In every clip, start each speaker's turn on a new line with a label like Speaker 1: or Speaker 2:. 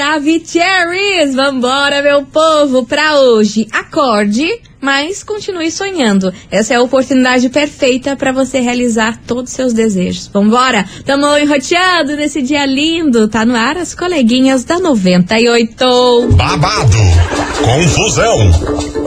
Speaker 1: Maravicheries! Vambora, meu povo, pra hoje. Acorde, mas continue sonhando. Essa é a oportunidade perfeita para você realizar todos os seus desejos. Vambora! Tamo enroteando nesse dia lindo. Tá no ar as coleguinhas da 98.
Speaker 2: Babado, confusão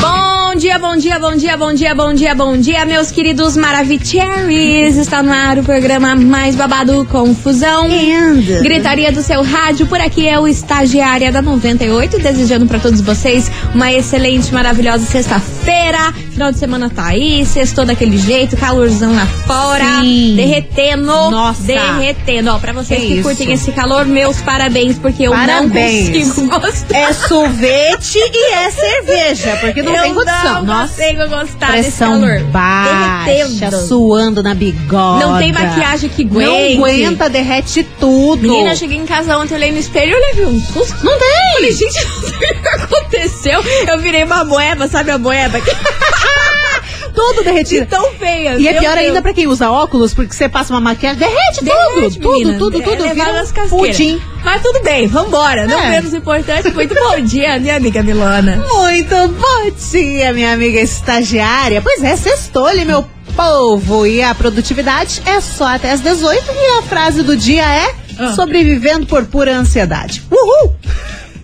Speaker 1: Bom dia, bom dia, bom dia, bom dia, bom dia, bom dia, meus queridos Maravicheries. Está no ar o programa mais babado Confusão.
Speaker 3: And.
Speaker 1: Gritaria do seu rádio, por aqui é o estagiária da 98, desejando pra todos vocês uma excelente, maravilhosa sexta-feira. Final de semana tá aí, sextou daquele jeito, calorzão lá fora,
Speaker 3: Sim.
Speaker 1: derretendo,
Speaker 3: Nossa.
Speaker 1: derretendo. Ó, pra vocês
Speaker 3: Que
Speaker 1: que,
Speaker 3: isso.
Speaker 1: curtem esse calor, meus parabéns, porque eu
Speaker 3: Parabéns.
Speaker 1: não consigo gostar.
Speaker 3: É sorvete e é cerveja, porque não
Speaker 1: eu
Speaker 3: tem condição.
Speaker 1: não
Speaker 3: Nossa,
Speaker 1: consigo gostar
Speaker 3: pressão
Speaker 1: desse calor.
Speaker 3: baixa,
Speaker 1: Derretendo.
Speaker 3: suando na bigode.
Speaker 1: Não tem maquiagem que aguente.
Speaker 3: Não aguenta, derrete tudo.
Speaker 1: Menina, eu cheguei em casa ontem, eu olhei no espelho e eu levei um susto. Não tem! Falei, gente, não sei o que aconteceu. Eu virei uma moeba, sabe a moeba? Que
Speaker 3: tudo derretido.
Speaker 1: tão feia.
Speaker 3: E é
Speaker 1: então, meu
Speaker 3: pior
Speaker 1: Deus.
Speaker 3: ainda pra quem usa óculos, porque você passa uma maquiagem, derrete,
Speaker 1: Derrete,
Speaker 3: tudo,
Speaker 1: menina.
Speaker 3: tudo,
Speaker 1: É,
Speaker 3: tudo, tudo,
Speaker 1: levaram
Speaker 3: vira
Speaker 1: as
Speaker 3: um
Speaker 1: casqueiras.
Speaker 3: pudim.
Speaker 1: Mas tudo bem, vambora. Não
Speaker 3: É.
Speaker 1: menos importante. Muito bom dia, minha amiga Milona.
Speaker 3: Muito bom dia, minha amiga estagiária. Pois é, sextou-lhe, meu povo. E a produtividade é só até as 18. E a frase do dia é:
Speaker 1: Ah.
Speaker 3: sobrevivendo por pura ansiedade. Uhul!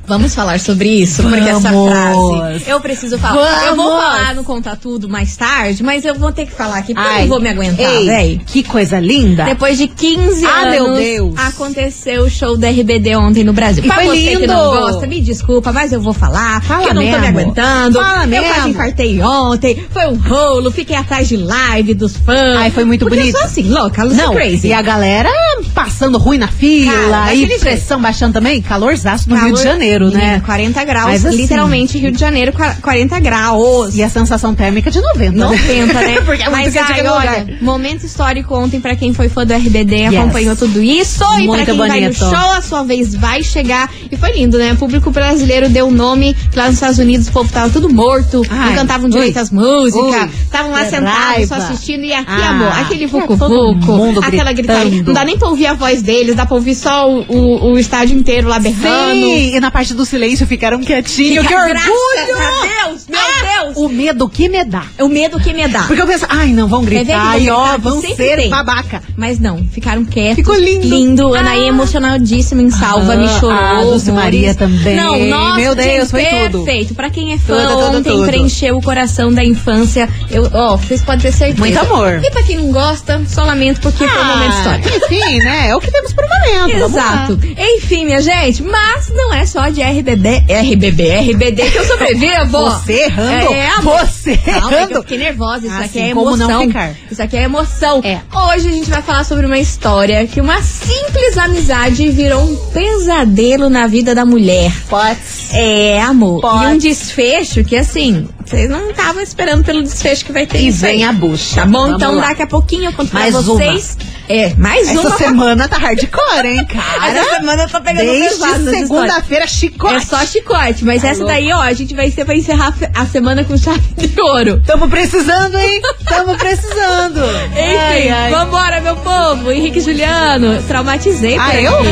Speaker 1: Vamos falar sobre isso, porque essa
Speaker 3: Vamos.
Speaker 1: frase eu preciso falar. Eu vou
Speaker 3: Vamos.
Speaker 1: falar no Conta Tudo mais tarde, mas eu vou ter que falar aqui, porque eu
Speaker 3: Ai,
Speaker 1: não vou me aguentar,
Speaker 3: ei,
Speaker 1: véi.
Speaker 3: Que coisa linda.
Speaker 1: Depois de 15
Speaker 3: Ah,
Speaker 1: anos,
Speaker 3: meu Deus.
Speaker 1: aconteceu o show da RBD ontem no Brasil.
Speaker 3: E
Speaker 1: pra
Speaker 3: foi
Speaker 1: você que
Speaker 3: lindo.
Speaker 1: não gosta, me desculpa, mas eu vou falar.
Speaker 3: Fala
Speaker 1: que eu não tô me
Speaker 3: mesmo.
Speaker 1: aguentando.
Speaker 3: Fala
Speaker 1: eu quase
Speaker 3: mesmo.
Speaker 1: infartei ontem. Foi um rolo, fiquei atrás de live dos fãs.
Speaker 3: Ai, foi muito
Speaker 1: Porque
Speaker 3: bonito.
Speaker 1: Eu sou assim, louca, Lucy
Speaker 3: Não,
Speaker 1: crazy.
Speaker 3: e a galera passando ruim na fila,
Speaker 1: Cara,
Speaker 3: e
Speaker 1: daquele
Speaker 3: pressão baixando também, calorzaço no Rio de
Speaker 1: Calor-
Speaker 3: Janeiro,
Speaker 1: Menina,
Speaker 3: né?
Speaker 1: 40 graus,
Speaker 3: Mas assim-
Speaker 1: literalmente Rio de Janeiro, qua- 40 graus.
Speaker 3: E a sensação térmica de 90. né?
Speaker 1: 90, né?
Speaker 3: Porque é muito
Speaker 1: Mas
Speaker 3: quente
Speaker 1: ai,
Speaker 3: aquele lugar.
Speaker 1: olha, momento histórico ontem pra quem foi fã do RBD,
Speaker 3: Yes.
Speaker 1: acompanhou tudo isso. E pra
Speaker 3: Muito
Speaker 1: quem vai no
Speaker 3: bonito.
Speaker 1: show, a sua vez vai chegar. E foi lindo, né? O público brasileiro deu nome. que Lá nos Estados Unidos o povo tava tudo morto,
Speaker 3: Ai,
Speaker 1: não cantavam
Speaker 3: ui,
Speaker 1: direito as músicas,
Speaker 3: ui,
Speaker 1: estavam lá
Speaker 3: que
Speaker 1: sentados só
Speaker 3: raiva.
Speaker 1: assistindo. E aqui,
Speaker 3: Ah,
Speaker 1: amor, aquele
Speaker 3: aqui é todo
Speaker 1: vucu-vucu,
Speaker 3: mundo
Speaker 1: aquela gritaria.
Speaker 3: gritando.
Speaker 1: Não dá nem pra ouvir a voz deles, dá pra ouvir só o, o- o estádio inteiro lá berrando.
Speaker 3: Sim, e na parte do silêncio ficaram quietinhos.
Speaker 1: Fica- tá
Speaker 3: que orgulho!
Speaker 1: Graças a Deus, meu
Speaker 3: Ah,
Speaker 1: Deus!
Speaker 3: O medo que me dá.
Speaker 1: O medo que me dá.
Speaker 3: Porque eu penso, ai, não, vão gritar,
Speaker 1: vem que
Speaker 3: e
Speaker 1: vão
Speaker 3: ó,
Speaker 1: gritar,
Speaker 3: vão
Speaker 1: sempre
Speaker 3: ser
Speaker 1: tem.
Speaker 3: babaca.
Speaker 1: Mas não, ficaram quietos.
Speaker 3: Ficou lindo.
Speaker 1: Lindo. Ana
Speaker 3: Ah.
Speaker 1: emocionadíssima em Salva,
Speaker 3: Ah,
Speaker 1: me chorou.
Speaker 3: a
Speaker 1: horrores.
Speaker 3: Dulce Maria também.
Speaker 1: Não, nossa,
Speaker 3: Meu Deus,
Speaker 1: gente,
Speaker 3: foi tudo.
Speaker 1: perfeito. Pra quem é fã,
Speaker 3: Tudo, tudo,
Speaker 1: ontem
Speaker 3: tudo.
Speaker 1: preencheu o coração da infância. Eu, ó, vocês podem ter certeza.
Speaker 3: Muito amor.
Speaker 1: E pra quem não gosta, só lamento porque foi um momento histórico.
Speaker 3: Ah. Enfim, né? É o que temos por momento. vamos lá.
Speaker 1: Exato. Enfim, minha gente, mas não é só de RBB, RBB, RBD que eu sobrevivo.
Speaker 3: Você errando.
Speaker 1: É, amor.
Speaker 3: você
Speaker 1: Calma, é que eu
Speaker 3: errando.
Speaker 1: fiquei nervosa. Isso
Speaker 3: Ah,
Speaker 1: aqui
Speaker 3: sim,
Speaker 1: é
Speaker 3: como
Speaker 1: emoção.
Speaker 3: não ficar?
Speaker 1: Isso aqui é emoção.
Speaker 3: É.
Speaker 1: Hoje a gente vai falar sobre uma história que uma simples amizade virou um pesadelo na vida da mulher.
Speaker 3: Pots.
Speaker 1: É, amor.
Speaker 3: Pode.
Speaker 1: E um desfecho que, assim, vocês não estavam esperando pelo desfecho que vai ter
Speaker 3: E
Speaker 1: isso aí.
Speaker 3: vem a bucha.
Speaker 1: Tá bom?
Speaker 3: Vamos
Speaker 1: então
Speaker 3: lá.
Speaker 1: daqui a pouquinho eu conto
Speaker 3: Mais
Speaker 1: pra vocês. É, mais
Speaker 3: Essa
Speaker 1: uma. pra-
Speaker 3: semana tá hardcore, hein, cara?
Speaker 1: Essa semana eu tô pegando pesado
Speaker 3: Desde
Speaker 1: nessa história.
Speaker 3: segunda-feira, chicote.
Speaker 1: É só chicote, mas
Speaker 3: Tá
Speaker 1: essa
Speaker 3: louco.
Speaker 1: daí, ó, a gente vai ser pra encerrar a semana com chave de ouro.
Speaker 3: Tamo precisando, hein? Tamo precisando.
Speaker 1: Enfim,
Speaker 3: Ai, ai.
Speaker 1: vambora, meu povo. Henrique e Juliano, traumatizei. por
Speaker 3: Ah, eu?
Speaker 1: aqui.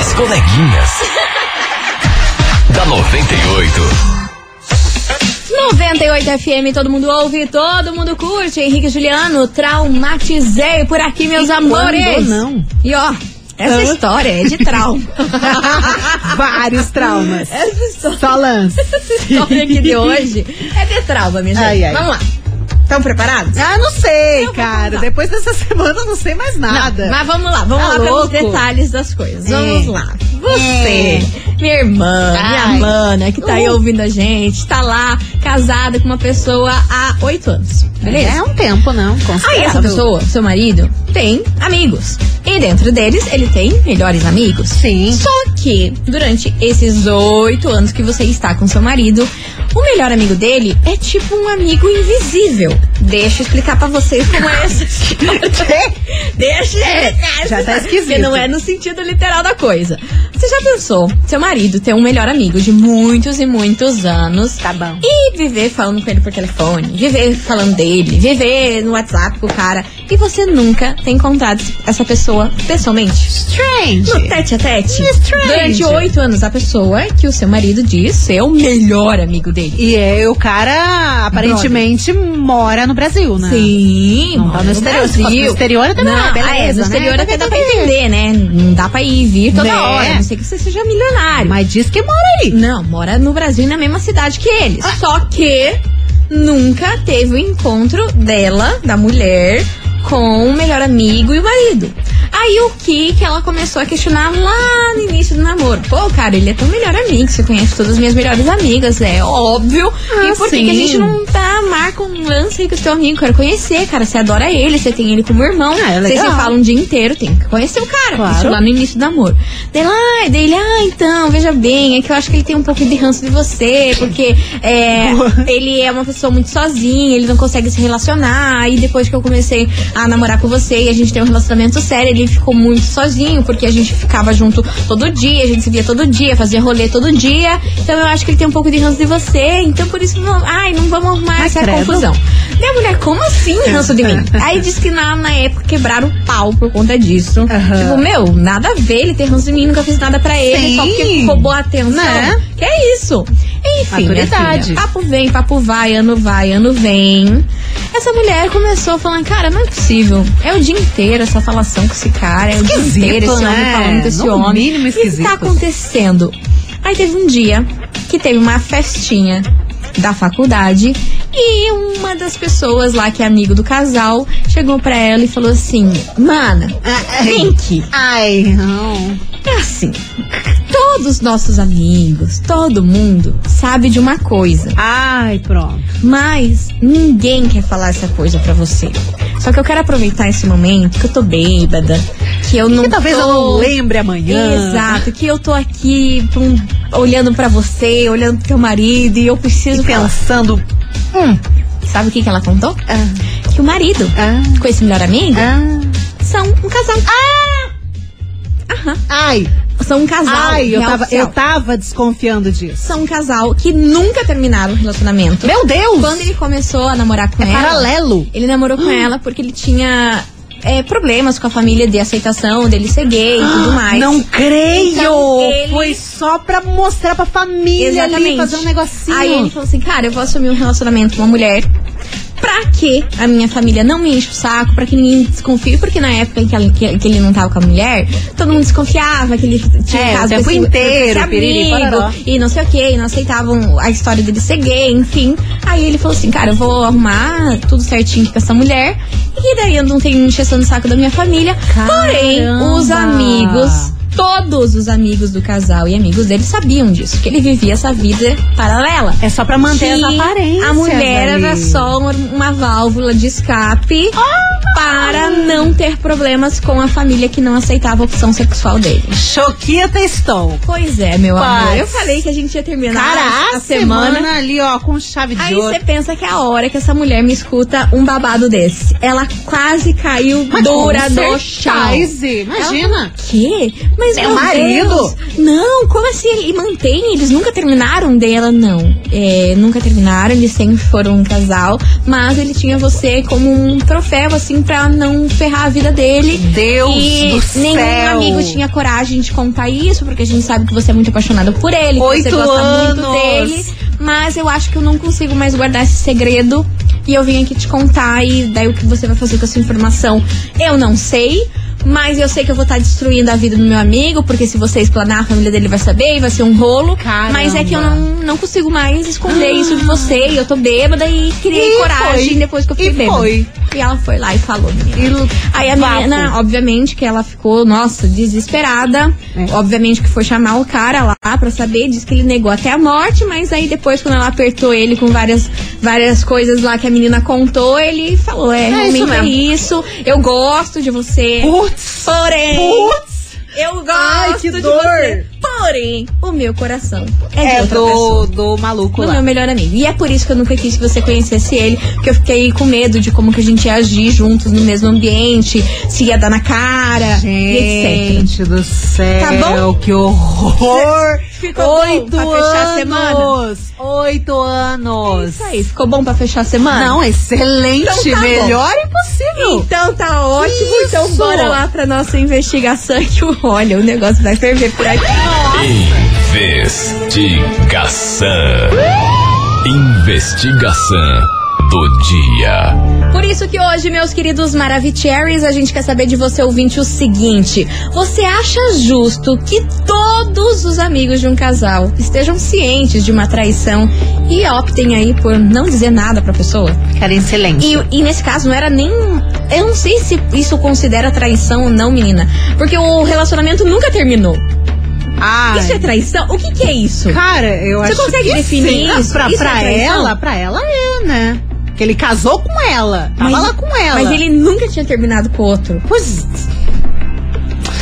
Speaker 4: As coleguinhas. da 98.
Speaker 1: 98 FM, todo mundo ouve, todo mundo curte. Henrique e Juliano, traumatizei por aqui, meus
Speaker 3: E
Speaker 1: amores.
Speaker 3: quando não?
Speaker 1: E ó, essa
Speaker 3: Ah.
Speaker 1: história é de trauma.
Speaker 3: Vários traumas.
Speaker 1: essa história
Speaker 3: Só lance.
Speaker 1: aqui de hoje é de trauma, minha gente.
Speaker 3: Ai, ai.
Speaker 1: Vamos lá. Estão preparados?
Speaker 3: Ah, não sei,
Speaker 1: Eu vou
Speaker 3: cara.
Speaker 1: contar.
Speaker 3: Depois dessa semana eu não sei mais nada.
Speaker 1: Não, mas vamos lá, vamos
Speaker 3: Tá
Speaker 1: lá pelos
Speaker 3: louco?
Speaker 1: detalhes das coisas.
Speaker 3: É.
Speaker 1: Vamos lá. Você, minha irmã,
Speaker 3: Ai. Uh.
Speaker 1: minha semana, que tá aí ouvindo a gente, tá lá casada com uma pessoa há oito anos. Beleza?
Speaker 3: É um tempo, não.
Speaker 1: Aí essa pessoa, seu marido, tem amigos. E dentro deles, ele tem melhores amigos.
Speaker 3: Sim.
Speaker 1: Só que, durante esses oito anos que você está com seu marido, o melhor amigo dele é tipo um amigo invisível. Deixa eu explicar pra vocês como é essa história.
Speaker 3: É
Speaker 1: Deixa eu
Speaker 3: Já tá esquisito.
Speaker 1: Porque não é no sentido literal da coisa. Você já pensou, seu marido tem um melhor amigo de muitos e muitos anos.
Speaker 3: Tá bom.
Speaker 1: E viver falando com ele por telefone, viver falando dele, viver no WhatsApp com o cara. E você nunca tem contato com essa pessoa pessoalmente. No
Speaker 3: Strange.
Speaker 1: tete a tete.
Speaker 3: Strange.
Speaker 1: Durante oito anos, a pessoa que o seu marido diz ser o melhor amigo dele.
Speaker 3: E é, o cara aparentemente mora no Brasil, né?
Speaker 1: Sim,
Speaker 3: Não
Speaker 1: mora
Speaker 3: tá no exterior. Se
Speaker 1: assim,
Speaker 3: fosse no exterior até
Speaker 1: é não,
Speaker 3: não, beleza,
Speaker 1: ah, é, no
Speaker 3: né?
Speaker 1: exterior
Speaker 3: Tá
Speaker 1: até dá pra
Speaker 3: bem, tá bem.
Speaker 1: entender, né? Não dá pra ir e vir toda
Speaker 3: Né?
Speaker 1: hora. A não sei que você seja milionário.
Speaker 3: Mas diz que mora aí. Ah.
Speaker 1: Não, mora no Brasil e na mesma cidade que ele. Só que nunca teve o encontro dela, da mulher, com o melhor amigo e o marido. Aí o que que ela começou a questionar lá no início do namoro? Pô, cara, ele é teu melhor amigo, você conhece todas as minhas melhores amigas, é óbvio.
Speaker 3: Ah,
Speaker 1: e por que
Speaker 3: sim.
Speaker 1: que a gente não tá, marca um lance aí com o teu amigo? Quero conhecer, cara, você adora ele, você tem ele como irmão.
Speaker 3: Ah, é
Speaker 1: Vocês se
Speaker 3: legal.
Speaker 1: falam o um dia inteiro, tem que conhecer o cara.
Speaker 3: Claro.
Speaker 1: Isso lá no início do amor. Dele, ah, dele, ah, então, veja bem, é que eu acho que ele tem um pouco de ranço de você, porque é, ele é uma pessoa muito sozinha, ele não consegue se relacionar. E depois que eu comecei a namorar com você e a gente tem um relacionamento sério, ele ficou muito sozinho, porque a gente ficava junto todo dia, a gente se via todo dia, fazia rolê todo dia. Então eu acho que ele tem um pouco de ranço de você, então por isso, não, ai, não vamos arrumar
Speaker 3: Ai,
Speaker 1: essa
Speaker 3: credo.
Speaker 1: confusão. Daí a mulher, como assim ranço de mim? Aí disse que na, na época quebraram o pau por conta disso.
Speaker 3: Aham.
Speaker 1: Tipo, meu, nada a ver, ele tem ranço de mim, nunca fiz nada pra ele,
Speaker 3: Sim.
Speaker 1: só porque roubou a atenção.
Speaker 3: Né?
Speaker 1: Que é isso? Enfim, minha
Speaker 3: Maturidade.
Speaker 1: filha, papo vem, papo vai, ano vai, ano vem. Essa mulher começou falando, cara, não é possível. É o dia inteiro essa falação com esse cara, é o
Speaker 3: Esquisito,
Speaker 1: dia inteiro esse homem
Speaker 3: né?
Speaker 1: falando com esse
Speaker 3: No
Speaker 1: homem.
Speaker 3: mínimo
Speaker 1: E
Speaker 3: esquisito.
Speaker 1: tá acontecendo? Aí teve um dia que teve uma festinha da faculdade e uma das pessoas lá que é amigo do casal chegou pra ela e falou assim: "Mana,
Speaker 3: Ah, É
Speaker 1: vem aqui.
Speaker 3: Ai, não.
Speaker 1: É assim. Todos nossos amigos, todo mundo sabe de uma coisa,
Speaker 3: Ai, pronto.
Speaker 1: mas ninguém quer falar essa coisa pra você. Só que eu quero aproveitar esse momento que eu tô bêbada, que eu não
Speaker 3: E talvez
Speaker 1: tô...
Speaker 3: eu não lembre amanhã.
Speaker 1: Exato, que eu tô aqui pum, olhando pra você, olhando pro teu marido e eu preciso
Speaker 3: E
Speaker 1: falar.
Speaker 3: pensando. Hum.
Speaker 1: Sabe o que, que ela contou?
Speaker 3: Ah,
Speaker 1: Que o marido
Speaker 3: ah,
Speaker 1: com esse melhor amigo
Speaker 3: ah.
Speaker 1: são um casal.
Speaker 3: Ai,
Speaker 1: São um casal.
Speaker 3: ai, eu
Speaker 1: real
Speaker 3: tava,
Speaker 1: oficial.
Speaker 3: eu tava desconfiando disso.
Speaker 1: São um casal que nunca terminaram o relacionamento.
Speaker 3: Meu Deus!
Speaker 1: Quando ele começou a namorar com
Speaker 3: É
Speaker 1: ela.
Speaker 3: paralelo.
Speaker 1: Ele namorou com ela porque ele tinha é, problemas com a família de aceitação dele ser gay e tudo mais.
Speaker 3: Ah, Não creio!
Speaker 1: Então, ele-
Speaker 3: Foi só pra mostrar pra família ali, fazer um negocinho.
Speaker 1: Aí ele falou assim, cara, eu vou assumir um relacionamento com uma mulher. Pra que a minha família não me enche o saco, pra que ninguém desconfie, porque na época em que, ela- que- que ele não tava com a mulher, todo mundo desconfiava que ele tinha um
Speaker 3: É,
Speaker 1: caso
Speaker 3: o tempo
Speaker 1: com esse- com
Speaker 3: inteiro,
Speaker 1: esse
Speaker 3: piriri, pororó.
Speaker 1: amigo, e não sei o que, e não aceitavam a história dele ser gay, enfim. Aí ele falou assim, cara, eu vou arrumar tudo certinho aqui com essa mulher, e daí eu não tenho um encheção de saco da minha família. Porém, os
Speaker 3: Caramba!
Speaker 1: amigos Todos os amigos do casal e amigos dele sabiam disso, que ele vivia essa vida paralela.
Speaker 3: É só pra manter as
Speaker 1: Que
Speaker 3: aparências.
Speaker 1: A mulher
Speaker 3: ali.
Speaker 1: era só um, uma válvula de escape Oh! para não ter problemas com a família que não aceitava a opção sexual dele.
Speaker 3: Choquita estou.
Speaker 1: Pois é, meu
Speaker 3: Paz.
Speaker 1: amor. Eu falei que a gente ia terminar
Speaker 3: Cara,
Speaker 1: a semana.
Speaker 3: ali, ó, com chave de
Speaker 1: Aí
Speaker 3: ouro.
Speaker 1: você pensa que é a hora que essa mulher me escuta um babado desse. Ela quase caiu
Speaker 3: Mas
Speaker 1: dura
Speaker 3: com
Speaker 1: do chão.
Speaker 3: certeza, Imagina.
Speaker 1: Quê? Mas
Speaker 3: Meu
Speaker 1: meu
Speaker 3: marido?
Speaker 1: Deus. Não, como assim? E mantém? Eles nunca terminaram dela? Não. É, nunca terminaram, eles sempre foram um casal. Mas ele tinha você como um troféu, assim, pra não ferrar a vida dele.
Speaker 3: Deus
Speaker 1: Então, e
Speaker 3: do
Speaker 1: nenhum
Speaker 3: céu.
Speaker 1: amigo tinha coragem de contar isso, porque a gente sabe que você é muito apaixonada por ele, que você
Speaker 3: Oito
Speaker 1: gosta
Speaker 3: anos.
Speaker 1: muito dele. Mas eu acho que eu não consigo mais guardar esse segredo. E eu vim aqui te contar, e daí o que você vai fazer com essa informação, eu não sei. Mas eu sei que eu vou estar destruindo a vida do meu amigo, porque se você explanar, a família dele vai saber e vai ser um rolo.
Speaker 3: Caramba.
Speaker 1: Mas é que eu não, não consigo mais esconder isso de você. E eu tô bêbada e criei
Speaker 3: E
Speaker 1: coragem
Speaker 3: foi.
Speaker 1: depois que eu fiquei
Speaker 3: E
Speaker 1: bêbada.
Speaker 3: foi.
Speaker 1: E ela foi lá e falou, menina.
Speaker 3: E l-
Speaker 1: Aí a
Speaker 3: papo.
Speaker 1: menina, obviamente, que ela ficou, nossa, desesperada.
Speaker 3: É.
Speaker 1: Obviamente que foi chamar o cara lá pra saber, diz que ele negou até a morte, mas aí depois, quando ela apertou ele com várias, várias coisas lá que a menina contou, ele falou: é, realmente
Speaker 3: isso
Speaker 1: é
Speaker 3: mesmo.
Speaker 1: isso, eu gosto de você.
Speaker 3: Putz!
Speaker 1: Porém.
Speaker 3: Putz!
Speaker 1: Eu gosto
Speaker 3: Ai, que
Speaker 1: de
Speaker 3: dor.
Speaker 1: você. Porém, o meu coração é de
Speaker 3: É
Speaker 1: outra pessoa
Speaker 3: do, do maluco
Speaker 1: do
Speaker 3: lá.
Speaker 1: meu melhor amigo. E é por isso que eu nunca quis que você conhecesse ele, porque eu fiquei com medo de como que a gente ia agir juntos no mesmo ambiente, se ia dar na cara, e etc.
Speaker 3: Gente do céu,
Speaker 1: Tá bom?
Speaker 3: que horror!
Speaker 1: Ficou bom
Speaker 3: Oito
Speaker 1: pra
Speaker 3: anos!
Speaker 1: fechar a semana? É
Speaker 3: Oito anos!
Speaker 1: Isso aí, ficou bom pra fechar a semana?
Speaker 3: Não, excelente!
Speaker 1: Então tá bom.
Speaker 3: melhor impossível!
Speaker 1: Então tá ótimo,
Speaker 3: Isso.
Speaker 1: então bora lá pra nossa investigação que olha, o negócio vai ferver por aqui.
Speaker 4: Investigação. Investigação do dia.
Speaker 1: Por isso que hoje, meus queridos Maravicheries, a gente quer saber de você, ouvinte, o seguinte. Você acha justo que todos os amigos de um casal estejam cientes de uma traição e optem aí por não dizer nada pra pessoa?
Speaker 3: Cara, excelente.
Speaker 1: E, e nesse caso não era nem. Eu não sei se isso considera traição ou não, menina. Porque o relacionamento nunca terminou.
Speaker 3: Ah,
Speaker 1: Isso é traição? O que, que é isso?
Speaker 3: Cara, eu
Speaker 1: Você
Speaker 3: acho
Speaker 1: consegue
Speaker 3: que
Speaker 1: definir
Speaker 3: sim. Ah,
Speaker 1: isso?
Speaker 3: Pra,
Speaker 1: Isso é
Speaker 3: pra
Speaker 1: traição?
Speaker 3: ela, pra ela é, né? Porque ele casou com ela. Tava
Speaker 1: Mas-
Speaker 3: lá com ela.
Speaker 1: Mas ele nunca tinha terminado com o outro.
Speaker 3: Pois-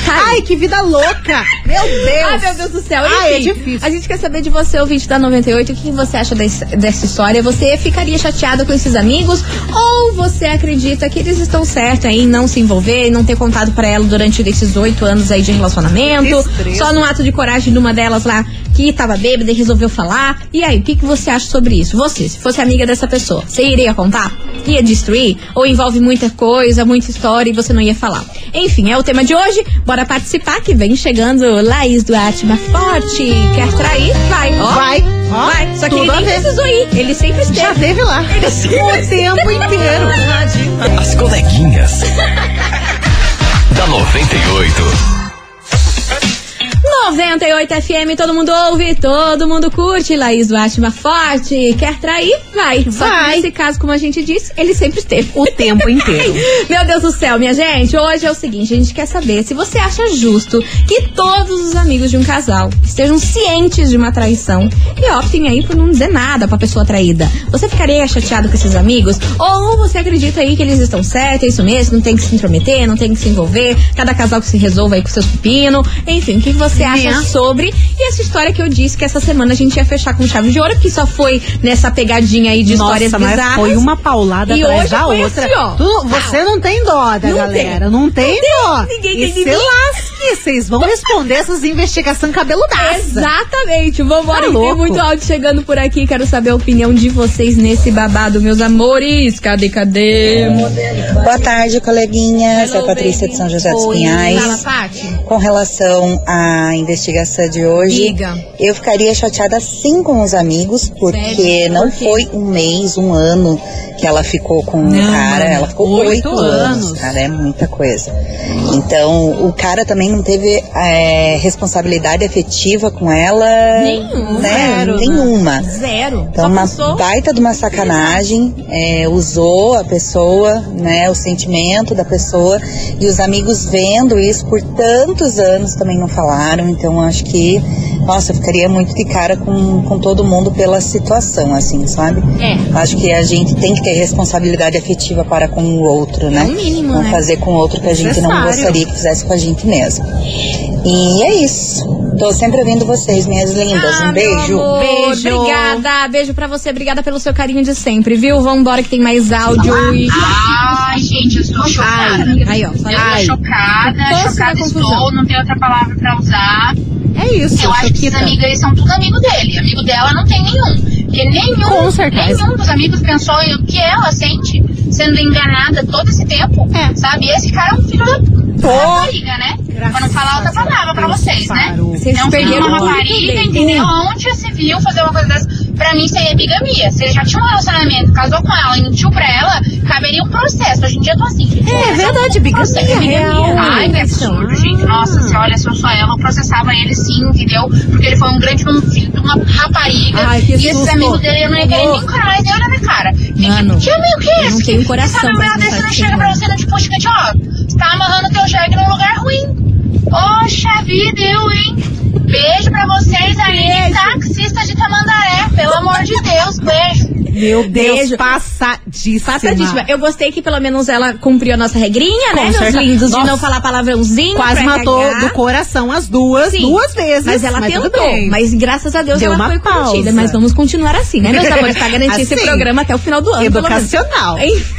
Speaker 1: Cara,
Speaker 3: Ai, que vida louca! Meu Deus!
Speaker 1: Ai, Ah, meu Deus do céu. Enfim,
Speaker 3: Ai, é difícil.
Speaker 1: A gente quer saber de você, ouvinte da 98, o que você acha desse- dessa história. Você ficaria chateada com esses amigos? Ou você acredita que eles estão certos aí em não se envolver, em não ter contado pra ela durante esses oito anos aí de
Speaker 3: Que
Speaker 1: relacionamento?
Speaker 3: estresse.
Speaker 1: Só num ato de coragem de uma delas lá que tava bêbada e resolveu falar. E aí, o que, que você acha sobre isso? Você, se fosse amiga dessa pessoa, você iria contar? Ia destruir? Ou envolve muita coisa, muita história e você não ia falar? Enfim, é o tema de hoje. Bora participar que vem chegando Laís Duarte Forte. Quer trair? Vai, ó.
Speaker 3: Vai, ó,
Speaker 1: vai. Só que
Speaker 3: tudo
Speaker 1: ele
Speaker 3: a
Speaker 1: nem
Speaker 3: ver.
Speaker 1: precisou ir. Ele sempre esteve.
Speaker 3: Já teve lá. O tempo inteiro.
Speaker 4: As coleguinhas. da 98.
Speaker 1: 98 FM, todo mundo ouve, todo mundo curte. Laís Duarte Forte. Quer trair? Vai. Só que
Speaker 3: Vai.
Speaker 1: nesse caso, como a gente disse, ele sempre esteve.
Speaker 3: O tempo inteiro.
Speaker 1: Meu Deus do céu, minha gente, hoje é o seguinte, a gente quer saber se você acha justo que todos os amigos de um casal estejam cientes de uma traição e optem aí por não dizer nada pra pessoa traída. Você ficaria chateado com esses amigos? Ou você acredita aí que eles estão certos, é isso mesmo, não tem que se intrometer, não tem que se envolver, cada casal que se resolva aí com seus pepinos. Enfim, o que você acha
Speaker 3: Né?
Speaker 1: sobre? E essa história que eu disse que essa semana a gente ia fechar com chave de ouro, que só foi nessa pegadinha aí de
Speaker 3: Nossa,
Speaker 1: histórias
Speaker 3: mas
Speaker 1: bizarras.
Speaker 3: foi uma paulada
Speaker 1: E
Speaker 3: atrás
Speaker 1: hoje
Speaker 3: da
Speaker 1: foi
Speaker 3: outra.
Speaker 1: assim, ó.
Speaker 3: Tu- você não tem dó da
Speaker 1: Não
Speaker 3: galera.
Speaker 1: tem.
Speaker 3: Não tem dó.
Speaker 1: Ninguém
Speaker 3: e
Speaker 1: tem
Speaker 3: se
Speaker 1: ninguém.
Speaker 3: lasque, vocês vão responder essas investigações cabeludaças.
Speaker 1: Exatamente. Vambora,
Speaker 3: Tá
Speaker 1: que tem
Speaker 3: louco.
Speaker 1: muito áudio chegando por aqui. Quero saber a opinião de vocês nesse babado, meus amores. Cadê, cadê?
Speaker 5: Boa tarde, coleguinhas. É a É, Patrícia de São José dos
Speaker 1: Oi, Fala,
Speaker 5: Pinhais.
Speaker 1: Paty.
Speaker 5: Com relação à investigação de hoje,
Speaker 1: Diga.
Speaker 5: eu ficaria chateada sim com os amigos, porque
Speaker 1: Sério?
Speaker 5: não
Speaker 1: Por quê?
Speaker 5: foi um mês, um ano que ela ficou com
Speaker 3: Não,
Speaker 5: o cara.
Speaker 3: mano,
Speaker 5: Ela ficou
Speaker 3: oito
Speaker 5: oito, anos.
Speaker 3: anos.
Speaker 5: cara. É muita coisa. Então, o cara também não teve é, responsabilidade afetiva com ela. é,
Speaker 1: Nenhuma.
Speaker 5: Né?
Speaker 3: Zero, né?
Speaker 5: Nenhuma.
Speaker 1: Zero.
Speaker 5: Então,
Speaker 1: Só
Speaker 5: uma
Speaker 1: passou.
Speaker 5: baita de uma sacanagem, é, usou a pessoa, né, o sentimento da pessoa, e os amigos vendo isso por tantos anos também não falaram, então acho que, nossa, eu ficaria muito de cara com, com todo mundo pela situação, assim, sabe?
Speaker 1: É.
Speaker 5: Acho que a gente tem que ter responsabilidade afetiva para com o outro, né?
Speaker 1: É o mínimo,
Speaker 5: não
Speaker 1: né?
Speaker 5: fazer com o outro que a gente não
Speaker 3: Necessário.
Speaker 5: gostaria que fizesse com a gente mesmo. E é isso. Tô sempre ouvindo vocês, minhas lindas.
Speaker 1: Ah,
Speaker 5: um beijo.
Speaker 1: meu amor,
Speaker 3: Beijo.
Speaker 1: Obrigada. Beijo pra você. Obrigada pelo seu carinho de sempre, viu? Vambora que tem mais áudio.
Speaker 5: Ah,
Speaker 1: e-
Speaker 6: Ai, gente, eu estou chocada.
Speaker 1: Aí, ó.
Speaker 6: Eu
Speaker 1: Fala.
Speaker 6: estou chocada,
Speaker 1: Qual será a
Speaker 6: chocada
Speaker 1: confusão?
Speaker 6: estou, não tem outra palavra pra usar.
Speaker 3: É isso,
Speaker 6: Eu acho que esses
Speaker 3: Choquita.
Speaker 6: amigos, eles são tudo amigo dele. Amigo dela não tem nenhum. Porque nenhum,
Speaker 3: Com certeza.
Speaker 6: nenhum dos amigos pensou em o que ela sente sendo enganada todo esse tempo.
Speaker 3: É.
Speaker 6: Sabe? E esse cara é um filho da rapariga, né? pra não
Speaker 3: Graças
Speaker 6: falar outra palavra pra
Speaker 3: a Deus,
Speaker 6: vocês, né?
Speaker 3: parou.
Speaker 1: Vocês
Speaker 6: não
Speaker 1: perderam
Speaker 6: uma
Speaker 1: tudo,
Speaker 6: rapariga,
Speaker 1: bem.
Speaker 3: Uhum.
Speaker 6: entendeu? Onde já se viu fazer uma coisa dessa? Pra mim, isso aí é bigamia. Se ele já tinha um relacionamento, casou com ela, mentiu pra ela, caberia um processo. Hoje em dia eu tô assim.
Speaker 3: É verdade,
Speaker 6: um
Speaker 3: bigamia,
Speaker 6: Processo,
Speaker 3: é um
Speaker 6: tá?
Speaker 3: real.
Speaker 6: Ai, que absurdo, gente. Nossa, se olha, se eu sou ela, eu processava ele sim, entendeu? Porque ele foi um grande um filho de uma rapariga barriga.
Speaker 1: Ai, que
Speaker 6: e esses
Speaker 1: susto.
Speaker 6: amigos dele eu não ia querer
Speaker 1: Amor.
Speaker 6: nem encarar mais nem olhar na cara. Fiquei
Speaker 1: Mano,
Speaker 6: tipo, tia, meio que
Speaker 1: eu
Speaker 6: isso?
Speaker 1: não tenho
Speaker 6: Que-
Speaker 1: coração
Speaker 6: Sabe, uma
Speaker 1: pra essa
Speaker 6: dessa não
Speaker 1: simpatia,
Speaker 6: chega pra
Speaker 1: não.
Speaker 6: você, não te puxa, que te, ó, você tá amarrando teu jegue num lugar ruim. Poxa vida, eu, hein? Beijo pra vocês aí, taxista de Tamandaré, pelo amor de Deus, beijo.
Speaker 3: Meu Deus,
Speaker 1: Beijo.
Speaker 3: passadíssima.
Speaker 1: Passadíssima. Eu gostei que pelo menos ela cumpriu a nossa regrinha, né,
Speaker 3: Com
Speaker 1: meus
Speaker 3: certeza.
Speaker 1: lindos? De
Speaker 3: Nossa.
Speaker 1: não falar palavrãozinho.
Speaker 3: Quase
Speaker 1: pra
Speaker 3: matou
Speaker 1: RH.
Speaker 3: do coração as duas,
Speaker 1: Sim.
Speaker 3: duas vezes.
Speaker 1: Mas ela
Speaker 3: tudo
Speaker 1: tentou.
Speaker 3: bem.
Speaker 1: Mas graças a Deus
Speaker 3: Deu
Speaker 1: ela
Speaker 3: uma
Speaker 1: foi
Speaker 3: pausa.
Speaker 1: curtida. Mas vamos continuar assim, né, meus amores? Pra garantir esse
Speaker 3: Assim.
Speaker 1: programa até o final do ano. pelo menos.
Speaker 3: Educacional.
Speaker 1: Enfim.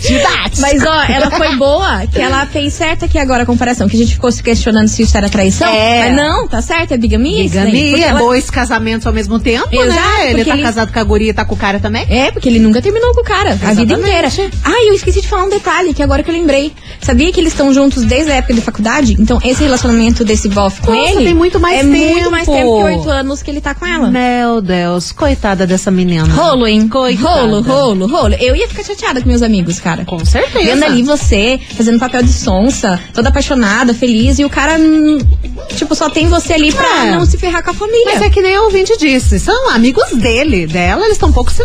Speaker 3: Didático.
Speaker 1: Mas assim, ó, ela foi boa, que ela fez certa aqui agora a comparação, que a gente ficou se questionando se isso era traição.
Speaker 3: É.
Speaker 1: Mas não, tá certo, é bigamia. isso daí. Porque
Speaker 3: Bigamia, é
Speaker 1: ela-
Speaker 3: dois casamentos ao mesmo tempo,
Speaker 1: Exato,
Speaker 3: né? Ele
Speaker 1: porque
Speaker 3: tá
Speaker 1: ele-
Speaker 3: casado com a guria e tá com o cara também.
Speaker 1: É, porque ele nunca terminou com o cara, a vida
Speaker 3: Exatamente.
Speaker 1: inteira. Ai, eu esqueci de falar um detalhe, que agora que eu lembrei. Sabia que eles estão juntos desde a época de faculdade? Então, esse relacionamento desse Boff com
Speaker 3: Nossa,
Speaker 1: ele.
Speaker 3: tem muito mais
Speaker 1: é muito
Speaker 3: tempo.
Speaker 1: mais tempo que oito anos que ele tá com ela.
Speaker 3: Meu Deus, coitada dessa menina.
Speaker 1: Rolo, hein?
Speaker 3: Coitada.
Speaker 1: Rolo, rolo, rolo. Eu ia ficar chateada com meus amigos, cara.
Speaker 3: Com certeza.
Speaker 1: Vendo ali você, fazendo papel de sonsa, toda apaixonada, feliz, e o cara, hum, tipo, só tem você ali pra
Speaker 3: É.
Speaker 1: não se ferrar com a família.
Speaker 3: Mas é que nem o ouvinte disse, são amigos dele, dela, eles estão um pouco se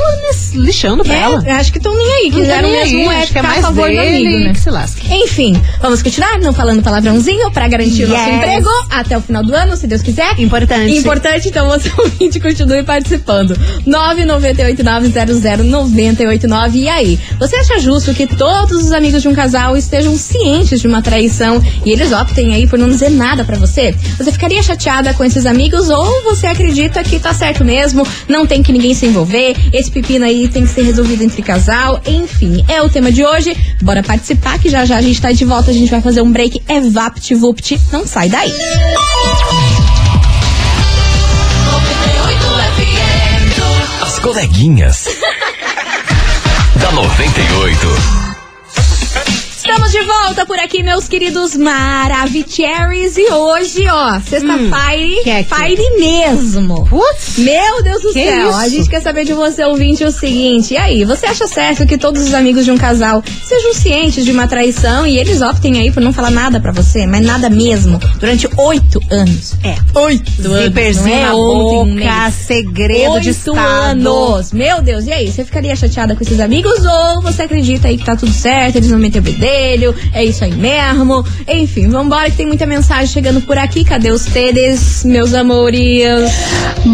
Speaker 3: lixando pra ela.
Speaker 1: É, acho que estão nem aí,
Speaker 3: Não tá
Speaker 1: quiseram
Speaker 3: nem
Speaker 1: mesmo
Speaker 3: aí,
Speaker 1: é
Speaker 3: acho que
Speaker 1: ficar
Speaker 3: é
Speaker 1: a
Speaker 3: mais
Speaker 1: favor do
Speaker 3: dele
Speaker 1: amigo, né?
Speaker 3: que se lasque.
Speaker 1: Enfim, vamos continuar não falando palavrãozinho pra garantir o nosso
Speaker 3: Yes.
Speaker 1: emprego até o final do ano, se Deus quiser.
Speaker 3: Importante.
Speaker 1: Importante, então você ouvinte continue participando. 998900989. E aí, você acha justo que todos os amigos de um casal estejam cientes de uma traição e eles optem aí por não dizer nada pra você? Você ficaria chateada com esses amigos ou você acredita que tá certo mesmo, não tem que ninguém se envolver, esse pepino aí tem que ser resolvido entre casal, enfim, é o tema de hoje. Bora participar que já já a gente tá de volta, a gente vai fazer um break, é VaptVupt, não sai daí.
Speaker 4: As coleguinhas. da 98.
Speaker 1: Estamos de volta por aqui, meus queridos Maravicheries. E hoje, ó, sexta-feira,
Speaker 3: que é que-
Speaker 1: fire mesmo.
Speaker 3: Putz.
Speaker 1: Meu Deus do
Speaker 3: Que
Speaker 1: céu,
Speaker 3: isso?
Speaker 1: a gente quer saber de você, ouvinte, o seguinte. E aí, você acha certo que todos os amigos de um casal sejam cientes de uma traição e eles optem aí por não falar nada pra você, mas nada mesmo, durante oito anos?
Speaker 3: É.
Speaker 1: Oito anos. não
Speaker 3: Zíperzinho
Speaker 1: é
Speaker 3: na
Speaker 1: ontem, um
Speaker 3: boca,
Speaker 1: mês.
Speaker 3: segredo
Speaker 1: Oito
Speaker 3: de estado.
Speaker 1: anos. Meu Deus, e aí? Você ficaria chateada com esses amigos ou você acredita aí que tá tudo certo, eles não metem o bedelho, é isso aí mesmo? Enfim, vambora que tem muita mensagem chegando por aqui. Cadê os tedes, meus amores?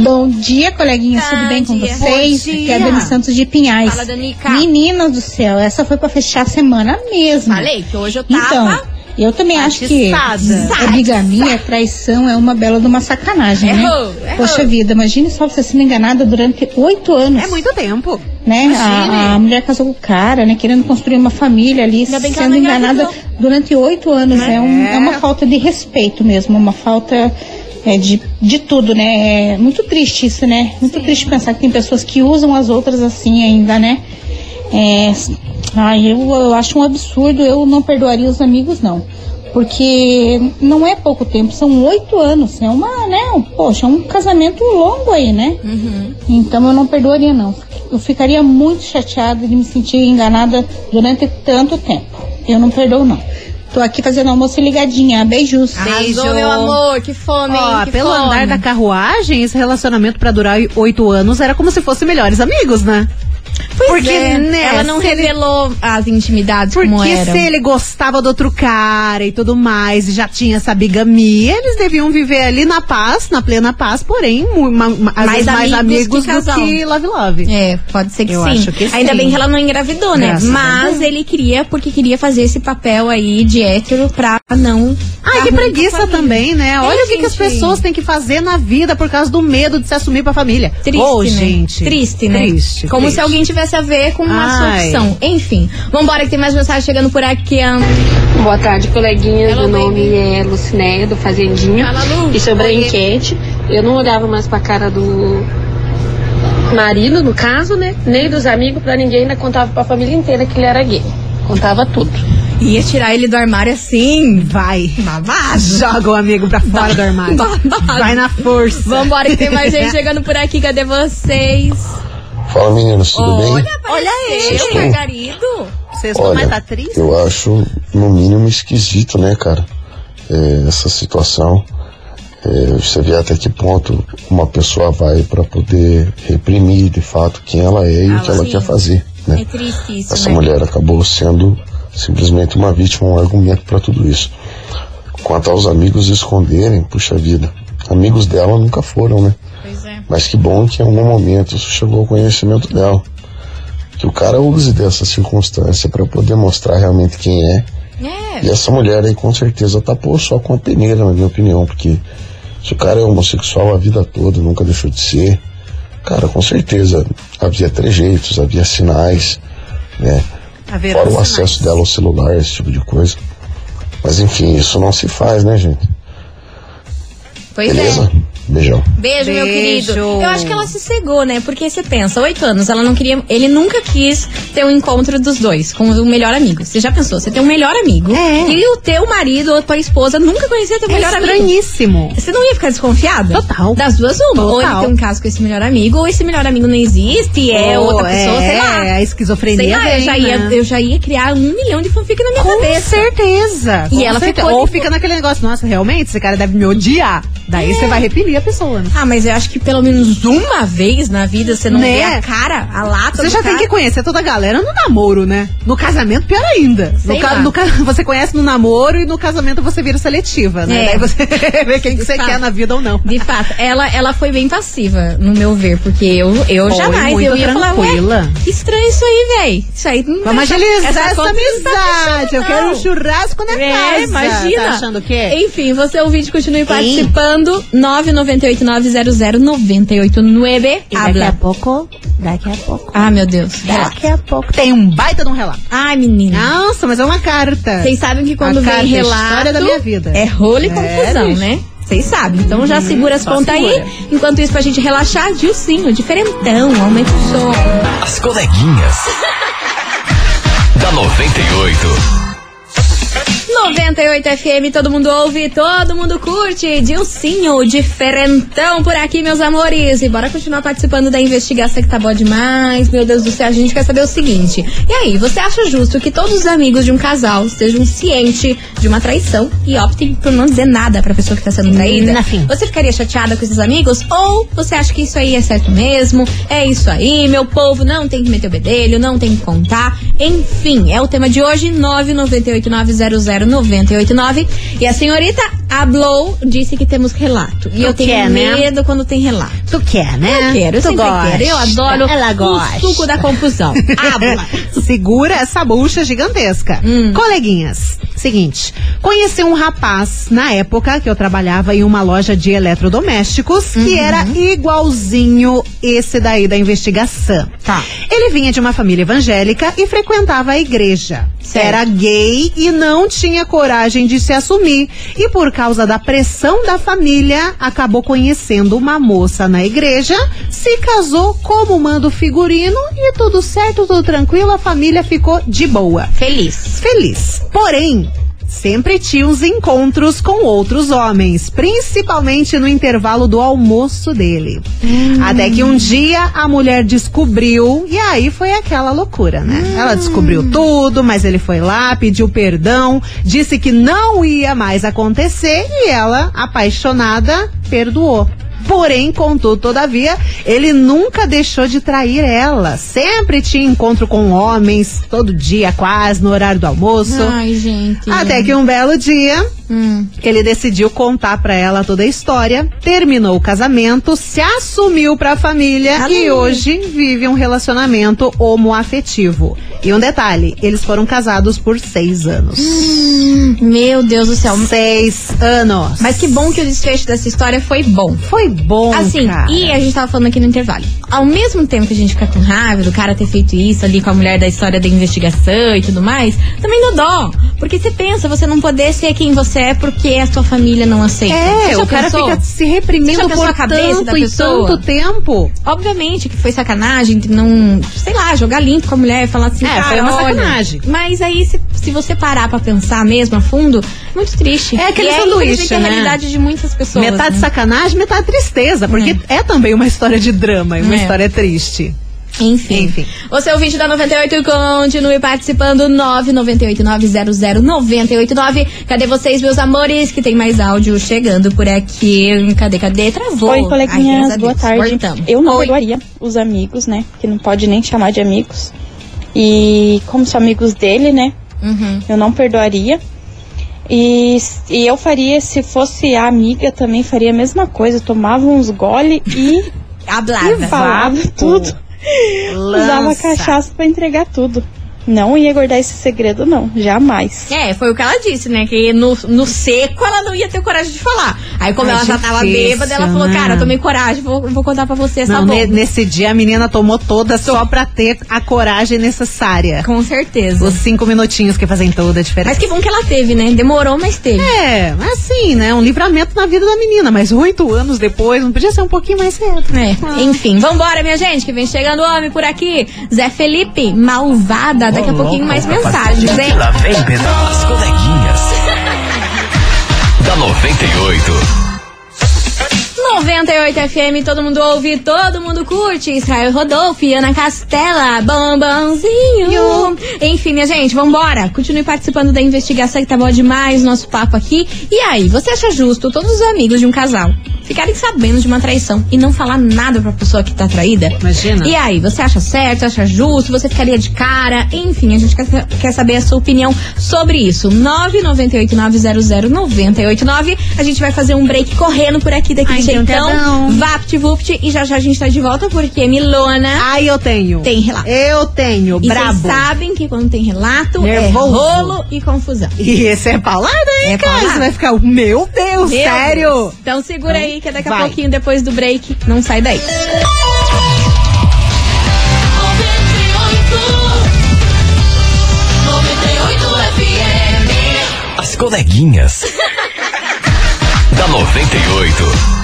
Speaker 7: Bom dia, coleguinhas.
Speaker 1: Bom
Speaker 7: Tudo bem com
Speaker 1: dia.
Speaker 7: vocês?
Speaker 3: Bom dia.
Speaker 7: Aqui é a Dani Santos de Pinhais.
Speaker 1: Fala, Danica.
Speaker 7: Menina do céu, essa foi pra fechar a semana mesmo.
Speaker 1: Falei que hoje eu tava...
Speaker 3: né?
Speaker 7: Então, eu também acho que
Speaker 3: atiçada.
Speaker 7: é bigamia, é traição, é uma bela de uma sacanagem,
Speaker 1: Errou,
Speaker 7: né?
Speaker 1: errou.
Speaker 7: Poxa vida, imagine só você sendo enganada durante oito anos.
Speaker 3: É muito tempo.
Speaker 7: né? A, a mulher casou com o cara, né? Querendo construir uma família ali,
Speaker 1: Ainda bem que
Speaker 7: sendo
Speaker 1: ela não engravidou.
Speaker 7: enganada durante oito anos. É, um-
Speaker 3: É.
Speaker 7: é uma falta de respeito mesmo, uma falta é, de, de tudo, né? É muito triste isso, né? Muito triste pensar que tem pessoas que usam as outras assim ainda, né? É, s- ai, eu, eu acho um absurdo, eu não perdoaria os amigos, não. Porque não é pouco tempo, são oito anos. É uma, né? um- Poxa, é um casamento longo aí, né?
Speaker 1: Uhum.
Speaker 7: Então eu não perdoaria, não. Eu ficaria muito chateada de me sentir enganada durante tanto tempo. Eu não perdoo, não. Tô aqui fazendo almoço e ligadinha. Beijos.
Speaker 1: Arrasou, meu amor, que fome, hein?
Speaker 3: Ó,
Speaker 1: Que
Speaker 3: pelo
Speaker 1: fome.
Speaker 3: andar da carruagem, esse relacionamento pra durar oito anos era como se fossem melhores amigos, né?
Speaker 1: Pois
Speaker 3: porque,
Speaker 1: é,
Speaker 3: né,
Speaker 1: ela não
Speaker 3: se ele-
Speaker 1: revelou as intimidades como
Speaker 3: Porque
Speaker 1: eram.
Speaker 3: se ele gostava do outro cara e tudo mais, e já tinha essa bigamia, eles deviam viver ali na paz, na plena paz, porém, mu- ma- ma- às
Speaker 1: Mais
Speaker 3: vezes mais
Speaker 1: amigos que
Speaker 3: amigos do
Speaker 1: casal.
Speaker 3: que Love Love.
Speaker 1: É, pode ser que
Speaker 3: Eu
Speaker 1: sim.
Speaker 3: acho que
Speaker 1: Ainda
Speaker 3: sim.
Speaker 1: bem que ela não engravidou, né?
Speaker 3: Graças a
Speaker 1: Mas ele queria, porque queria fazer esse papel aí de hétero pra não.
Speaker 3: Ai,
Speaker 1: dar
Speaker 3: que
Speaker 1: ruim
Speaker 3: preguiça
Speaker 1: pra família. É,
Speaker 3: também, né? Olha o que, que as
Speaker 1: gente.
Speaker 3: pessoas têm que fazer na vida por causa do medo de se assumir pra família.
Speaker 1: Triste,
Speaker 3: Ô,
Speaker 1: né?
Speaker 3: gente.
Speaker 1: Triste, né?
Speaker 3: Triste.
Speaker 1: Como
Speaker 3: triste.
Speaker 1: se alguém tivesse a ver com uma sua
Speaker 3: Ai.
Speaker 1: opção. Enfim, vambora que tem mais mensagem chegando por aqui.
Speaker 8: Boa tarde, coleguinhas.
Speaker 1: Hello,
Speaker 8: Meu nome é Lucinéia, do Fazendinha.
Speaker 1: Fala, Lu.
Speaker 8: E sobre a
Speaker 1: Oi.
Speaker 8: enquete, eu não olhava mais pra cara do marido, no caso, né? Nem dos amigos, pra ninguém. Ainda contava pra família inteira que ele era gay. Contava tudo.
Speaker 1: Ia tirar ele do armário assim.
Speaker 3: Vai.
Speaker 1: Babado.
Speaker 3: Joga o amigo pra fora do armário.
Speaker 1: Babado.
Speaker 3: Vai na força.
Speaker 1: Vambora que tem mais gente chegando por aqui. Cadê vocês?
Speaker 9: Fala meninos, tudo bem?
Speaker 1: Olha, Olha ele, Margarido.
Speaker 3: Sextou, mas tá triste?
Speaker 9: eu acho no mínimo esquisito, né, cara? É, essa situação. Você vê até que ponto uma pessoa vai para poder reprimir de fato quem ela é e
Speaker 1: Ah,
Speaker 9: o que ela
Speaker 1: sim.
Speaker 9: quer fazer. Né?
Speaker 1: É triste isso,
Speaker 9: Essa
Speaker 1: né?
Speaker 9: mulher acabou sendo simplesmente uma vítima, um argumento para tudo isso. Quanto aos amigos esconderem, puxa vida, amigos dela nunca foram, né?
Speaker 1: Pois é.
Speaker 9: Mas que bom que em algum momento isso chegou ao conhecimento dela. Que o cara use dessa circunstância para poder mostrar realmente quem é.
Speaker 1: É.
Speaker 9: E essa mulher aí com certeza tapou só com a peneira, na minha opinião, porque se o cara é homossexual a vida toda, nunca deixou de ser, cara, com certeza havia trejeitos, havia sinais, né?
Speaker 3: Haverá
Speaker 9: Fora o
Speaker 3: sinais.
Speaker 9: acesso dela ao celular, esse tipo de coisa. Mas enfim, isso não se faz, né, gente?
Speaker 1: Pois é.
Speaker 9: Beleza? Beijão.
Speaker 1: Beijo, meu
Speaker 3: Beijo.
Speaker 1: querido. Eu acho que ela se cegou, né? Porque você pensa, oito anos, ela não queria. Ele nunca quis ter um encontro dos dois, com o melhor amigo. Você já pensou? Você tem um melhor amigo
Speaker 3: É.
Speaker 1: e o teu marido ou tua esposa nunca conhecia teu
Speaker 3: É
Speaker 1: melhor amigo.
Speaker 3: estranhíssimo.
Speaker 1: Você não ia ficar desconfiada?
Speaker 3: Total.
Speaker 1: Das duas, uma. Ou ele
Speaker 3: Total.
Speaker 1: tem um caso com esse melhor amigo, ou esse melhor amigo não existe, é
Speaker 3: Ou
Speaker 1: outra pessoa,
Speaker 3: é,
Speaker 1: sei lá.
Speaker 3: A esquizofrenia.
Speaker 1: Sei lá, eu
Speaker 3: vem,
Speaker 1: já, ia,
Speaker 3: né?
Speaker 1: eu já ia criar um milhão de fanfic na minha
Speaker 3: Com
Speaker 1: cabeça.
Speaker 3: certeza.
Speaker 1: E
Speaker 3: com
Speaker 1: ela
Speaker 3: certeza.
Speaker 1: ficou-
Speaker 3: Ou fica naquele negócio, nossa, realmente, esse cara deve me odiar.
Speaker 1: É.
Speaker 3: Daí você vai reprimir a pessoa, né?
Speaker 1: Ah, mas eu acho que pelo menos uma vez na vida você não
Speaker 3: Né?
Speaker 1: vê a cara, a lata
Speaker 3: Você
Speaker 1: do
Speaker 3: já tem
Speaker 1: cara.
Speaker 3: que conhecer toda a galera no namoro, né? No casamento, pior ainda.
Speaker 1: Sei
Speaker 3: No ca-
Speaker 1: lá.
Speaker 3: no ca- você conhece no namoro e no casamento você vira seletiva,
Speaker 1: É.
Speaker 3: né? Daí você vê quem que você
Speaker 1: Tá.
Speaker 3: quer na vida ou não.
Speaker 1: De fato, ela, ela foi bem passiva, no meu ver, porque eu, eu
Speaker 3: Foi
Speaker 1: jamais
Speaker 3: muito
Speaker 1: eu ia falar,
Speaker 3: tranquila.
Speaker 1: ué, que estranho isso aí, véi. Isso aí não
Speaker 3: Vamos
Speaker 1: tá-
Speaker 3: agilizar
Speaker 1: conta
Speaker 3: essa,
Speaker 1: não tá
Speaker 3: amizade. Eu
Speaker 1: fechando,
Speaker 3: quero
Speaker 1: não.
Speaker 3: um churrasco na casa.
Speaker 1: É, imagina.
Speaker 3: Tá achando o quê?
Speaker 1: Enfim, você ouvinte, continue participando.
Speaker 7: E daqui
Speaker 1: 998900989.
Speaker 7: a
Speaker 1: Habla.
Speaker 7: pouco, daqui a pouco,
Speaker 1: Ah, meu Deus.
Speaker 7: daqui a pouco.
Speaker 3: Tem um baita de um relato.
Speaker 1: Ai, menina.
Speaker 3: Nossa, mas é uma carta.
Speaker 1: Vocês sabem que quando
Speaker 3: A
Speaker 1: vem
Speaker 3: carta, a
Speaker 1: relato.
Speaker 3: história da minha vida.
Speaker 1: É rolo e
Speaker 3: É,
Speaker 1: confusão,
Speaker 3: bicho. Uhum,
Speaker 1: né? Vocês sabem. Então já segura as
Speaker 3: só
Speaker 1: pontas aí.
Speaker 3: segura.
Speaker 1: Enquanto isso, pra gente relaxar, Gilcinho, diferentão, aumenta o som.
Speaker 4: As coleguinhas. da 98.
Speaker 1: 98 FM, todo mundo ouve, todo mundo curte. Dilcinho, diferentão por aqui, meus amores. E bora continuar participando da investigação que tá boa demais. Meu Deus do céu, a gente quer saber o seguinte. E aí, você acha justo que todos os amigos de um casal estejam cientes de uma traição e optem por não dizer nada pra pessoa que tá sendo traída?
Speaker 7: Na fim.
Speaker 1: Você ficaria chateada com esses amigos? Ou você acha que isso aí é certo mesmo? É isso aí, meu povo, não tem que meter o bedelho, não tem que contar. Enfim, é o tema de hoje, 998900989. E a senhorita Ablou disse que temos relato. E
Speaker 7: Tu
Speaker 1: eu tenho
Speaker 7: quer, né?
Speaker 1: medo quando tem relato.
Speaker 7: Tu quer, né?
Speaker 1: Eu quero, eu
Speaker 7: tu
Speaker 1: sempre
Speaker 7: gosta.
Speaker 1: quero. Eu adoro
Speaker 7: Ela
Speaker 1: o
Speaker 7: gosta.
Speaker 1: suco da confusão. Habla.
Speaker 3: Segura essa bucha gigantesca. Coleguinhas, seguinte. Conheci um rapaz na época que eu trabalhava em uma loja de eletrodomésticos que era igualzinho esse daí da investigação.
Speaker 1: Tá.
Speaker 3: Ele vinha de uma família evangélica e frequentava a igreja.
Speaker 1: Certo.
Speaker 3: Era gay e não tinha coragem de se assumir. E por causa da pressão da família, acabou conhecendo uma moça na igreja, se casou como manda o figurino e tudo certo, tudo tranquilo, a família ficou de boa
Speaker 1: Feliz.
Speaker 3: feliz. Porém, sempre tinha uns encontros com outros homens, principalmente no intervalo do almoço dele. Até que um dia a mulher descobriu, e aí foi aquela loucura, né? Ela descobriu tudo, mas ele foi lá, pediu perdão, disse que não ia mais acontecer e ela, apaixonada, perdoou. Porém, contudo, todavia, ele nunca deixou de trair ela. Sempre tinha encontro com homens, todo dia, quase, no horário do almoço.
Speaker 1: Ai, gente.
Speaker 3: Até que um belo dia,
Speaker 1: Hum.
Speaker 3: ele decidiu contar pra ela toda a história, terminou o casamento, se assumiu pra
Speaker 1: Tá
Speaker 3: família e hoje vive um relacionamento homoafetivo. E um detalhe, eles foram casados por seis anos.
Speaker 1: Meu Deus do céu.
Speaker 3: Seis anos.
Speaker 1: Hum. Mas que bom que o desfecho dessa história foi bom.
Speaker 3: foi bom,
Speaker 1: Assim,
Speaker 3: cara.
Speaker 1: e a gente tava falando aqui no intervalo. Ao mesmo tempo que a gente fica com raiva do cara ter feito isso ali com a mulher da história da investigação e tudo mais, também dá dó. Porque você pensa, você não poder ser quem você é porque a sua família não aceita. Você
Speaker 3: É,
Speaker 1: já
Speaker 3: o cara
Speaker 1: pensou?
Speaker 3: fica se
Speaker 1: Você já
Speaker 3: reprimindo
Speaker 1: pensou
Speaker 3: por
Speaker 1: a cabeça
Speaker 3: tanto
Speaker 1: da
Speaker 3: e
Speaker 1: pessoa?
Speaker 3: tanto tempo.
Speaker 1: Obviamente que foi sacanagem de não, sei lá, jogar limpo com a mulher e falar assim,
Speaker 3: É,
Speaker 1: cara,
Speaker 3: foi uma
Speaker 1: olha.
Speaker 3: sacanagem.
Speaker 1: Mas aí, se, se você parar pra pensar mesmo a fundo, é muito triste.
Speaker 3: É aquele
Speaker 1: e é,
Speaker 3: sanduíche,
Speaker 1: infelizmente, a
Speaker 3: né?
Speaker 1: realidade de muitas pessoas.
Speaker 3: Metade
Speaker 1: né? Hum.
Speaker 3: sacanagem, metade tristeza, porque é também uma história de drama e uma
Speaker 1: É.
Speaker 3: história triste.
Speaker 1: Enfim.
Speaker 3: Enfim.
Speaker 1: O seu vídeo da 98 continue participando 998900989. Cadê vocês, meus amores? Que tem mais áudio chegando por aqui. Cadê, cadê? Travou.
Speaker 10: Oi,
Speaker 1: Ai, graças
Speaker 10: coleguinhas,
Speaker 1: a
Speaker 10: boa
Speaker 1: Deus.
Speaker 10: tarde.
Speaker 1: Cortamos.
Speaker 10: Eu não
Speaker 1: Oi.
Speaker 10: perdoaria os amigos, né? Que não pode nem chamar de amigos. E como são amigos dele, né?
Speaker 1: Uhum.
Speaker 10: Eu não perdoaria. E, e eu faria, se fosse a amiga, também faria a mesma coisa. Eu tomava uns gole e
Speaker 1: Hablada.
Speaker 10: falava tudo. Usava
Speaker 3: Lança.
Speaker 10: cachaça pra entregar tudo. Não ia guardar esse segredo, não. Jamais.
Speaker 1: É, foi o que ela disse, né? Que no, no seco ela não ia ter coragem de falar. Aí, como
Speaker 3: É
Speaker 1: ela já tava
Speaker 3: difícil,
Speaker 1: bêbada, ela falou:
Speaker 3: né?
Speaker 1: Cara, eu tomei coragem, vou, vou contar pra você essa
Speaker 3: Não, ne-
Speaker 1: bomba.
Speaker 3: nesse dia a menina tomou toda só pra ter a coragem necessária.
Speaker 1: Com certeza.
Speaker 3: Os cinco minutinhos que fazem toda a diferença.
Speaker 1: Mas que bom que ela teve, né? Demorou, mas teve.
Speaker 3: É, assim, né? Um livramento na vida da menina, mas oito anos depois, não podia ser um pouquinho mais cedo.
Speaker 1: É, enfim, vambora, minha gente, que vem chegando homem por aqui. Zé Felipe, malvada. Daqui a pouquinho mais mensagens, hein?
Speaker 4: Lá vem Pedro. As coleguinhas. da 98.
Speaker 1: 98 FM, todo mundo ouve, todo mundo curte. Israel Rodolfo e Ana Castela, bombonzinho. Enfim, minha gente, vambora. Continue participando da investigação que tá boa demais, nosso papo aqui. E aí, você acha justo todos os amigos de um casal ficarem sabendo de uma traição e não falar nada pra pessoa que tá traída?
Speaker 3: Imagina.
Speaker 1: E aí, você acha certo, acha justo, você ficaria de cara? Enfim, a gente quer, quer saber a sua opinião sobre isso. 998900989. A gente vai fazer um break correndo por aqui daqui
Speaker 3: Ai,
Speaker 1: de
Speaker 3: então tá
Speaker 1: jeitão.
Speaker 3: bom.
Speaker 1: VaptVupt e já já a gente tá de volta porque Milona
Speaker 3: Aí eu tenho.
Speaker 1: tem relato.
Speaker 3: Eu tenho,
Speaker 1: E vocês
Speaker 3: Ah, brabo.
Speaker 1: sabem que quando tem relato
Speaker 3: Nervoso.
Speaker 1: é rolo e confusão.
Speaker 3: E esse é paulada, hein,
Speaker 1: É
Speaker 3: cara?
Speaker 1: paulada.
Speaker 3: Você vai ficar, meu Deus,
Speaker 1: Meu
Speaker 3: sério?
Speaker 1: Deus. Então segura
Speaker 3: Então,
Speaker 1: aí que daqui a
Speaker 3: vai.
Speaker 1: pouquinho depois do break não sai daí.
Speaker 4: As coleguinhas. da 98.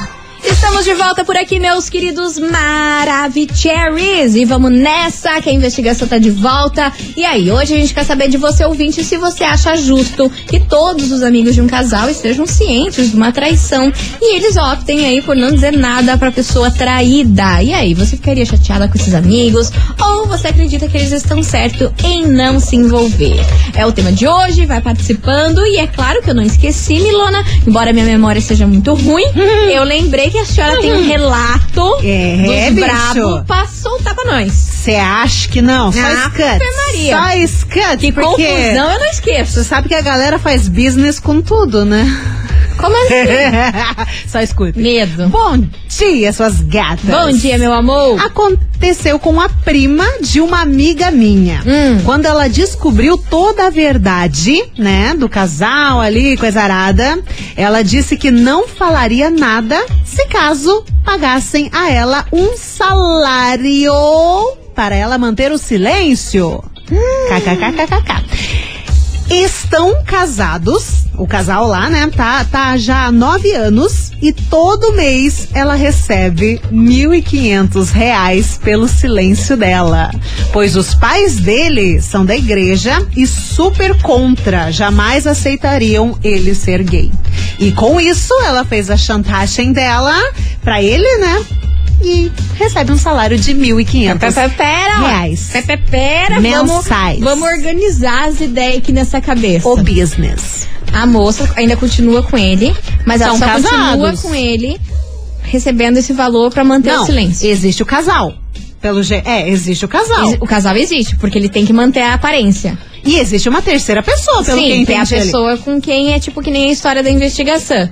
Speaker 1: Estamos de volta por aqui, meus queridos Maravicheries. E vamos nessa, que a investigação tá de volta. E aí, hoje a gente quer saber de você, ouvinte, se você acha justo que todos os amigos de um casal estejam cientes de uma traição e eles optem aí por não dizer nada pra pessoa traída. E aí, você ficaria chateada com esses amigos? Ou você acredita que eles estão certo em não se envolver? É o tema de hoje, vai participando. E é claro que eu não esqueci, Milona, embora minha memória seja muito ruim, eu lembrei que a senhora tem um relato
Speaker 3: Uhum. É,
Speaker 1: dos
Speaker 3: bicho.
Speaker 1: brabo pra soltar pra nós.
Speaker 3: Você acha que não? Só
Speaker 1: Ah,
Speaker 3: escante.
Speaker 1: Ave Maria.
Speaker 3: Só escante.
Speaker 1: Que
Speaker 3: porque
Speaker 1: confusão eu não esqueço.
Speaker 3: Você sabe que a galera faz business com tudo, né?
Speaker 1: Como assim?
Speaker 3: Só escute.
Speaker 1: Medo.
Speaker 3: Bom Ah, dia, suas gatas.
Speaker 1: Bom dia, meu amor.
Speaker 3: Aconteceu com a prima de uma amiga minha.
Speaker 1: Hum.
Speaker 3: Quando ela descobriu toda a verdade, né, do casal ali, coisa arada, ela disse que não falaria nada se caso pagassem a ela um salário para ela manter o silêncio. KKKKKK. Estão casados, o casal lá, né? Tá, tá já há nove anos e todo mês ela recebe R$ 1.500 reais pelo silêncio dela. Pois os pais dele são da igreja e super contra, jamais aceitariam ele ser gay. E com isso ela fez a chantagem dela pra ele, né? E recebe um salário de R$ 1.500
Speaker 1: Pera, pera, ó.
Speaker 3: reais.
Speaker 1: Pe- pe- pera, vamos,
Speaker 3: Mensais.
Speaker 1: vamos organizar as ideias aqui nessa cabeça.
Speaker 3: O business.
Speaker 1: A moça ainda continua com ele, mas ela
Speaker 3: São
Speaker 1: só continua
Speaker 3: casados.
Speaker 1: com ele recebendo esse valor pra manter o um silêncio.
Speaker 3: Existe o casal. Pelo je... É, existe o casal.
Speaker 1: O casal existe, porque ele tem que manter a aparência.
Speaker 3: E existe uma terceira pessoa, pelo que eu
Speaker 1: Sim, que é a
Speaker 3: entendi ali.
Speaker 1: pessoa com quem é tipo que nem a história da investigação.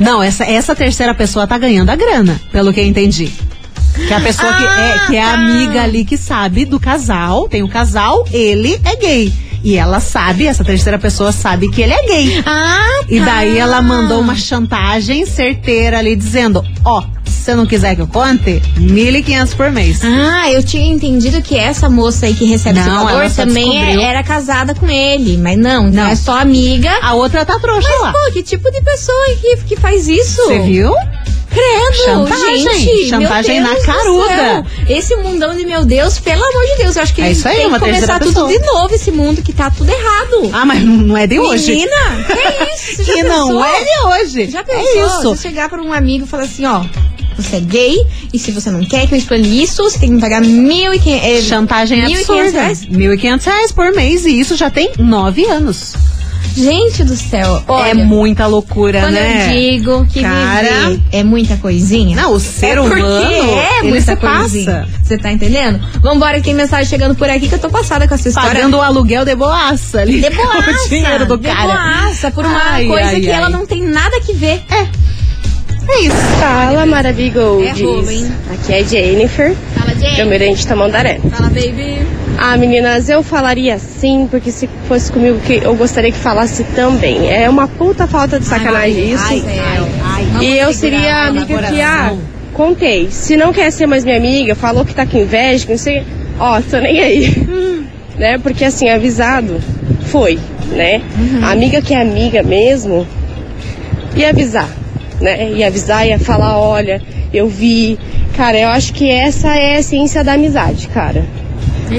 Speaker 3: Não, essa, essa terceira pessoa tá ganhando a grana, pelo que eu entendi. Que é a pessoa que, é,
Speaker 1: Ah,
Speaker 3: que é
Speaker 1: tá.
Speaker 3: a amiga ali que sabe do casal, tem o casal, ele é gay. E ela sabe, essa terceira pessoa sabe que ele é gay.
Speaker 1: Ah,
Speaker 3: E daí
Speaker 1: tá.
Speaker 3: ela mandou uma chantagem certeira ali, dizendo: Ó, se você não quiser que eu conte, 1.500 por mês.
Speaker 1: Ah, eu tinha entendido que essa moça aí que recebe esse
Speaker 3: Não,
Speaker 1: valor
Speaker 3: ela só
Speaker 1: também
Speaker 3: descobriu.
Speaker 1: é- era casada com ele. Mas não, não
Speaker 3: Não.
Speaker 1: é só amiga.
Speaker 3: A outra tá trouxa lá.
Speaker 1: Mas, pô, que tipo de pessoa é que, que faz isso?
Speaker 3: Você viu?
Speaker 1: Credo,
Speaker 3: Chantagem,
Speaker 1: gente.
Speaker 3: chantagem
Speaker 1: meu Deus
Speaker 3: na
Speaker 1: do
Speaker 3: caruda.
Speaker 1: céu. Esse mundão de meu Deus, pelo amor de Deus, eu acho que
Speaker 3: É
Speaker 1: a gente
Speaker 3: isso aí,
Speaker 1: tem
Speaker 3: uma
Speaker 1: que começar
Speaker 3: terceira
Speaker 1: tudo
Speaker 3: pessoa.
Speaker 1: de novo esse mundo que tá tudo errado.
Speaker 3: Ah, mas não é de hoje.
Speaker 1: Menina, que isso? Já
Speaker 3: que
Speaker 1: pensou?
Speaker 3: não é de hoje.
Speaker 1: Já
Speaker 3: É
Speaker 1: pensou?
Speaker 3: isso.
Speaker 1: Você chegar pra um amigo e falar assim, ó, você é gay e se você não quer que eu escolha isso, você tem que me pagar mil e é, quinhentos.
Speaker 3: Chantagem
Speaker 1: R$ 1.500
Speaker 3: absurda. R$
Speaker 1: reais?
Speaker 3: 1.500 reais por mês e isso já tem nove anos.
Speaker 1: Gente do céu, olha,
Speaker 3: é muita loucura,
Speaker 1: quando
Speaker 3: né?
Speaker 1: eu digo que
Speaker 3: Cara.
Speaker 1: viver é muita coisinha.
Speaker 3: Não, o ser
Speaker 1: é porque
Speaker 3: humano
Speaker 1: é
Speaker 3: ele
Speaker 1: muita
Speaker 3: se
Speaker 1: coisinha.
Speaker 3: passa.
Speaker 1: Você tá entendendo? Vambora, que tem mensagem chegando por aqui que eu tô passada com essa história.
Speaker 3: Pagando o aluguel de boaça ali.
Speaker 1: De boaça,
Speaker 3: o dinheiro do
Speaker 1: de
Speaker 3: cara.
Speaker 1: boaça, por uma
Speaker 3: Ai,
Speaker 1: coisa
Speaker 3: ai,
Speaker 1: que
Speaker 3: ai.
Speaker 1: ela não tem nada que ver.
Speaker 3: É isso.
Speaker 8: Fala, Maravigold.
Speaker 1: É roubo, hein?
Speaker 8: Aqui é Jennifer,
Speaker 1: Fala,
Speaker 8: de
Speaker 1: Jay.
Speaker 8: Almirante Tamandaré.
Speaker 1: Fala, baby.
Speaker 8: Ah, meninas, eu falaria sim, porque se fosse comigo que eu gostaria que falasse também. É uma puta falta de sacanagem isso. e eu seria a amiga que, ah, contei. Se não quer ser mais minha amiga, falou que tá com inveja, que não sei. Ó, tô nem aí. né? Porque assim, avisado, foi, né? A Amiga que é amiga mesmo, e avisar, né? E avisar e falar, olha, eu vi. Cara, eu acho que essa é a essência da amizade, cara.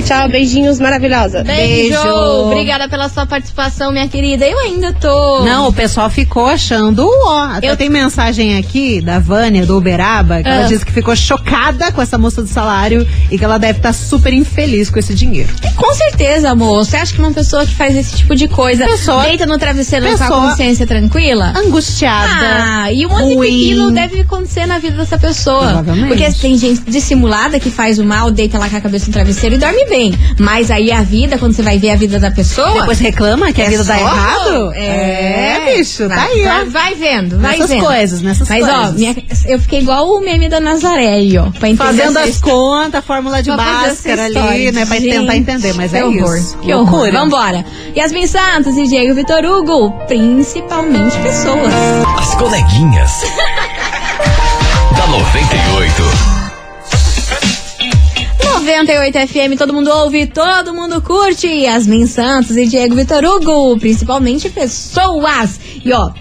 Speaker 8: Tchau, beijinhos maravilhosa.
Speaker 1: Beijo.
Speaker 3: Beijo.
Speaker 1: Obrigada pela sua participação, minha querida. Eu ainda tô.
Speaker 3: Não, o pessoal ficou achando ó. Até
Speaker 1: Eu-
Speaker 3: tem mensagem aqui da Vânia, do Uberaba, que
Speaker 1: Ah.
Speaker 3: ela disse que ficou chocada com essa moça do salário e que ela deve estar super infeliz com esse dinheiro.
Speaker 1: Com certeza, amor. Você acha que uma pessoa que faz esse tipo de coisa
Speaker 3: Pessoa-
Speaker 1: deita no travesseiro com a
Speaker 3: pessoa-
Speaker 1: consciência tranquila?
Speaker 3: Angustiada.
Speaker 1: Ah, e um outro
Speaker 3: ruim.
Speaker 1: pequeno deve acontecer na vida dessa pessoa.
Speaker 3: Provavelmente.
Speaker 1: Porque tem gente dissimulada que faz o mal, deita lá com a cabeça no travesseiro e dorme bem. Mas aí a vida, quando você vai ver a vida da pessoa.
Speaker 3: Depois reclama que a vida
Speaker 1: dá
Speaker 3: dá errado?
Speaker 1: É,
Speaker 3: É, bicho, tá
Speaker 1: vai,
Speaker 3: aí,
Speaker 1: vai,
Speaker 3: ó.
Speaker 1: vai vendo, vai
Speaker 3: Nessas
Speaker 1: vendo.
Speaker 3: coisas, nessas
Speaker 1: Mas, ó,
Speaker 3: coisas.
Speaker 1: minha- eu fiquei igual o meme da Nazaré aí, ó. Pra entender
Speaker 3: Fazendo
Speaker 1: essa
Speaker 3: as contas, fórmula de
Speaker 1: Pra fazer essa
Speaker 3: Bhaskara ali,
Speaker 1: história.
Speaker 3: né? Pra
Speaker 1: Gente,
Speaker 3: tentar entender, mas
Speaker 1: que
Speaker 3: é
Speaker 1: horror,
Speaker 3: isso.
Speaker 1: Que horror.
Speaker 3: Loucura.
Speaker 1: Vambora. Yasmin Santos e Diego Vitor Hugo, principalmente pessoas.
Speaker 4: As coleguinhas. da 98.
Speaker 1: 98 FM, todo mundo ouve, todo mundo curte. Yasmin Santos e Diego Vitor Hugo, principalmente pessoas. E ó,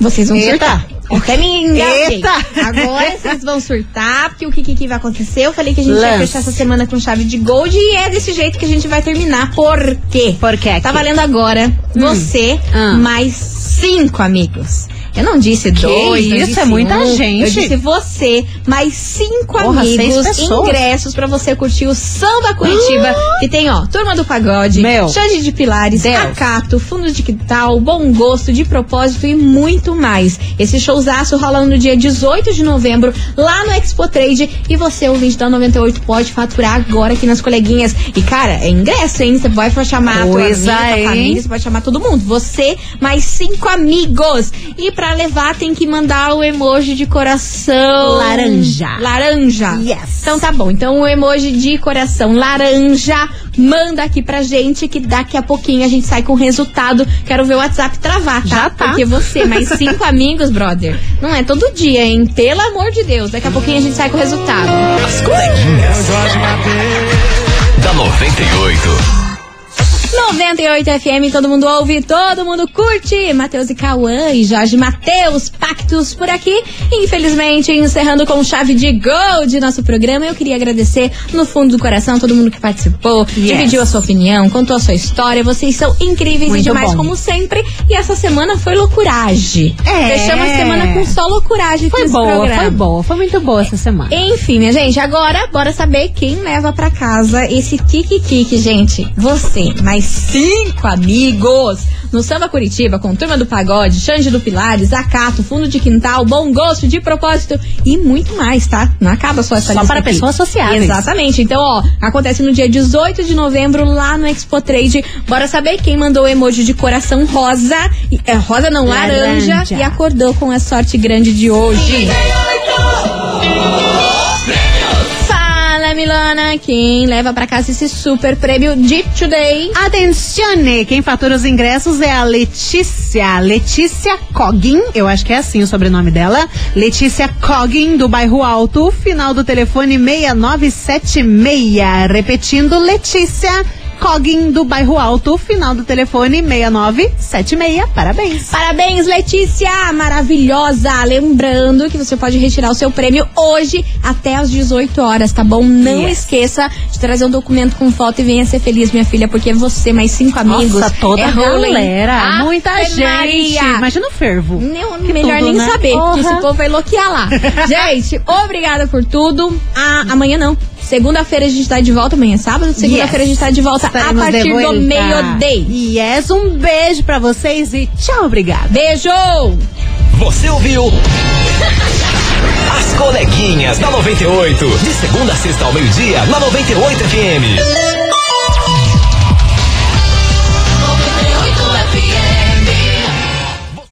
Speaker 1: vocês vão
Speaker 3: Eita.
Speaker 1: surtar. Até me engasguei.
Speaker 3: Eita.
Speaker 1: Agora vocês vão surtar, porque o que, que, que vai acontecer? Eu falei que a gente ia
Speaker 3: Lance.
Speaker 1: fechar essa semana com chave de gold e é desse jeito que a gente vai terminar. Por quê?
Speaker 3: Por quê?
Speaker 1: Tá valendo agora você
Speaker 3: Hum. Ah.
Speaker 1: mais cinco amigos. Eu não disse dois. não
Speaker 3: isso,
Speaker 1: disse
Speaker 3: é muita
Speaker 1: um, Eu
Speaker 3: gente.
Speaker 1: disse você, mais cinco
Speaker 3: Porra, seis
Speaker 1: amigos,
Speaker 3: pessoas. Ah.
Speaker 1: ingressos pra você curtir o Samba Curitiba, que tem, ó, Turma do Pagode,
Speaker 3: Meu.
Speaker 1: Xande de Pilares,
Speaker 3: Deus.
Speaker 1: Acato, Fundo de Quintal, Bom Gosto, De Propósito e muito mais. Esse showzaço rola no dia 18 de novembro, lá no Expo Trade, e você, ouvinte da 98, pode faturar agora aqui nas coleguinhas. E, cara, é ingresso, hein? Você vai chamar a tua
Speaker 3: Coisa,
Speaker 1: amiga, tua
Speaker 3: hein?
Speaker 1: família, você pode chamar todo mundo. Você, mais cinco amigos. E pra levar, tem que mandar o emoji de coração.
Speaker 3: Laranja.
Speaker 1: Laranja.
Speaker 3: Yes.
Speaker 1: Então tá bom. Então o emoji de coração laranja, manda aqui pra gente que daqui a pouquinho a gente sai com o resultado. Quero ver o WhatsApp travar, tá?
Speaker 3: Já tá.
Speaker 1: Porque você, mais cinco amigos, brother. Não é todo dia, hein? Pelo amor de Deus. Daqui a pouquinho a gente sai com o resultado.
Speaker 4: As coleguinhas. da 98.
Speaker 1: 98 FM, todo mundo ouve, todo mundo curte. Matheus e Cauã e Jorge Matheus, Pactos por aqui. Infelizmente, encerrando com chave de gol de nosso programa, eu queria agradecer no fundo do coração todo mundo que participou, dividiu a sua opinião, contou a sua história. Vocês são incríveis e
Speaker 3: Muito
Speaker 1: demais,
Speaker 3: bom.
Speaker 1: como sempre. E essa semana foi loucuragem.
Speaker 3: É.
Speaker 1: Fechamos a semana com só loucuragem aqui
Speaker 3: Foi
Speaker 1: nesse
Speaker 3: boa,
Speaker 1: programa.
Speaker 3: foi boa, foi muito boa essa semana.
Speaker 1: Enfim, minha gente, agora bora saber quem leva pra casa esse kikikiki, gente. Você, mais cinco amigos. No Samba Curitiba, com Turma do Pagode, Xande do Pilares, Acato, Fundo de Quintal, Bom Gosto, De Propósito e muito mais, tá? Não acaba só essa
Speaker 3: Só
Speaker 1: lista
Speaker 3: para
Speaker 1: aqui.
Speaker 3: pessoas sociáveis.
Speaker 1: Exatamente. Então, ó, acontece no dia 18 de novembro lá no Expo Trade. Bora saber quem mandou o emoji de coração rosa, e- é, rosa não, laranja,
Speaker 3: Laranja.
Speaker 1: e acordou com a sorte grande de hoje. Fala, Milana! Quem leva pra casa esse super prêmio de today?
Speaker 3: Atencione! Quem fatura os ingressos é a Letícia. Letícia Cogin, eu acho que é assim o sobrenome dela. Letícia Cogin, do bairro Alto, final do telefone 6976. Repetindo, Letícia Cogin do Bairro Alto, final do telefone 6976. Parabéns.
Speaker 1: Parabéns, Letícia! Maravilhosa! Lembrando que você pode retirar o seu prêmio hoje até às 18 horas, tá bom? Não esqueça de trazer um documento com foto e venha ser feliz, minha filha, porque você, mais cinco amigos.
Speaker 3: Nossa, toda
Speaker 1: é
Speaker 3: a
Speaker 1: rola, hein?
Speaker 3: galera.
Speaker 1: Ave
Speaker 3: Muita gente.
Speaker 1: Maria.
Speaker 3: Imagina o fervo.
Speaker 1: Não, melhor
Speaker 3: tudo,
Speaker 1: nem
Speaker 3: né?
Speaker 1: saber,
Speaker 3: Porra.
Speaker 1: porque esse povo vai loquear lá. gente, obrigada por tudo. Ah, amanhã não. Segunda-feira a gente tá de volta, amanhã é sábado. Segunda-feira a gente tá de volta
Speaker 3: Estaremos
Speaker 1: a partir
Speaker 3: de volta.
Speaker 1: do meio-day.
Speaker 3: Yes, um beijo pra vocês e tchau, obrigada.
Speaker 1: Beijo!
Speaker 4: Você ouviu? As coleguinhas da 98. De segunda a sexta ao meio-dia, na 98 FM.